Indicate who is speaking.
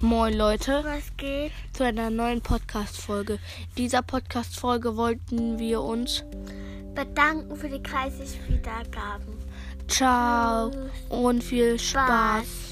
Speaker 1: Moin Leute
Speaker 2: Was geht?
Speaker 1: zu einer neuen Podcast-Folge. In dieser Podcast-Folge wollten wir uns
Speaker 2: Bedanken für die 30 Wiedergaben.
Speaker 1: ciao und viel Spaß.